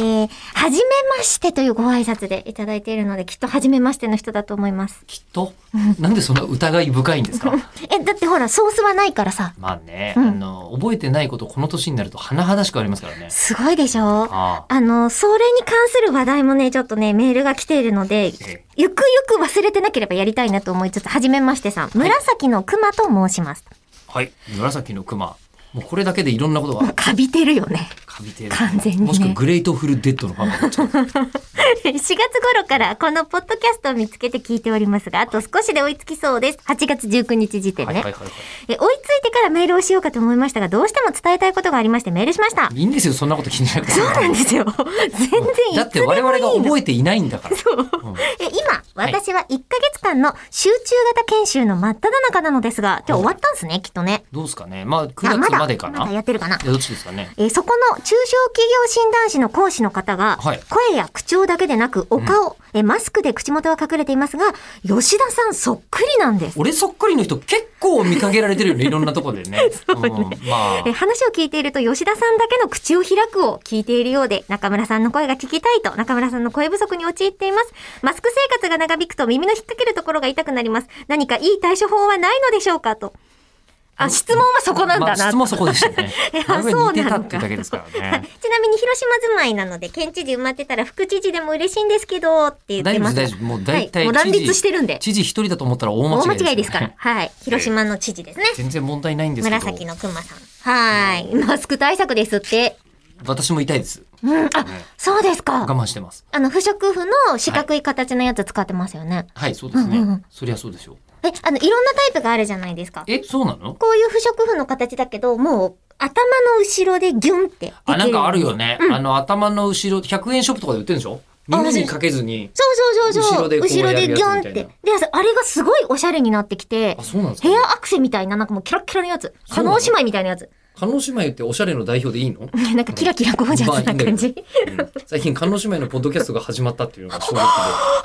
はじめましてというご挨拶でいただいているので、きっとはじめましての人だと思います。きっとなんでそんな疑い深いんですかえ、だってほら、ソースはないからさ、 まあね、うんあの覚えてないことこの年になると甚だしくありますからねすごいでしょああの、それに関する話題もね、ちょっとね、メールが来ているので、えゆくゆく忘れてなければやりたいなと思いつつ、はじめましてさん、紫の熊と申します。はい紫の熊もうこれだけでいろんなこと がかびてるよ ね。かびてる完全にねもしくはグレートフルデッドのファンがこっちから4月頃からこのポッドキャストを見つけて聞いておりますが、あと少しで追いつきそうです。8月19日時点ね。はいはいはいはえ追いついてからメールをしようかと思いましたが、どうしても伝えたいことがありましてメールしました。いいいんですよそんなこと気にしなくてそうなんです よ。全然いだって我々がいつでもいいの覚えていないんだからうんえ今、私は1ヶ月間の集中型研修の真っ只中なのですが、今日終わったんですね、きっとね。どうですかねまあ9あ月だまでかな、。まだやってるかないやどっちですかねえーそこの中小企業診断士の講師の方が、はい声や口調だけでなく、お顔、えーマスクで口元は隠れていますが、吉田さんそっくりなんです。俺そっくりの人結構見かけられてるよねいろんなところで ねうんまあえー話を聞いていると吉田さんだけの口を開くを聞いているようで中村さんの声が聞きたいと中村さんの声不足に陥っていますマスク生活が長引くと耳の引っ掛けるところが痛くなります何かいい対処法はないのでしょうかとあ質問はそこなんだまあ、なと質問はそこでした ねえ。あ真上に似てたっそうなのかていうだけですからね。ちなみに広島住まいなので県知事埋まってたら副知事でも嬉しいんですけど って言っ大て丈夫まですす大丈夫もう大はい体もう乱立してるんで知事一人だと思ったら大間違大い間違いですからね。はい広島の知事ですね 全然問題ないんですけど。紫の熊さんはいマスク対策ですって私も痛いです。うんあねそうですか我慢してます。あの、不織布の四角い形のやつ使ってますよね。はいそうですね。うんうんうんそりゃそうでしょう。え、あの、いろんなタイプがあるじゃないですか。えそうなの？こういう不織布の形だけど、もう、頭の後ろでギュンってできる。あなんかある。よね。あの頭の後ろ100円ショップとかで売ってるんでしょ？あ耳にかけずに。そうそうそうそう。後ろでこう後ろでギュンっやるやつみたて。いでな、あれがすごいおしゃれになってきてあ、そうなんですかヘ。アアクセみたいな、なんかもうキラッキラのやつ。そ可うな能の姉妹みたいなやつ。 カノ姉妹っておしゃれの代表でいいの？なんかキラキラゴージャスな感じ。うん最近カノ姉妹のポッドキャストが始まったっていうのが衝撃で。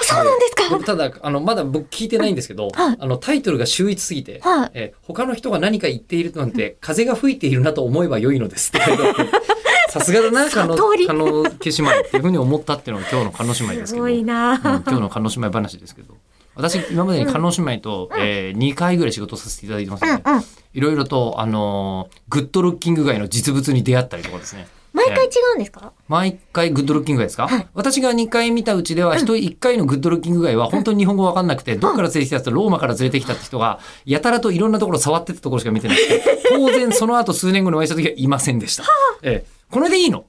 そうなんですかでもただ、あの、まだ僕聞いてないんですけど、はいあの、タイトルが秀逸すぎて、はいえー他の人が何か言っているなんて、風が吹いているなと思えば良いの ですって書いてあって。さすがだな、カノ、悟りカノ姉妹っていうふうに思ったっていうのが今日のカノ姉妹ですすけど、ごうんいな今ぁ日のカノ姉妹話ですけど、私、今までにカノ姉妹と、え2回ぐらい仕事させていただいてますうんね。うん。いろいろと、あのーグッドルッキング街の実物に出会ったりとかですね。毎え回ー違うんですか毎回グッドルッキング街ですか、はい私が2回見たうちでは、人1回のグッドルッキング街は本当に日本語わかんなくて、どっから連れてきた人、ローマから連れてきたって人が、やたらといろんなところ触ってたところしか見てなくて、当然その後数年後にお会いした時はいませんでした。ええ、これでいいの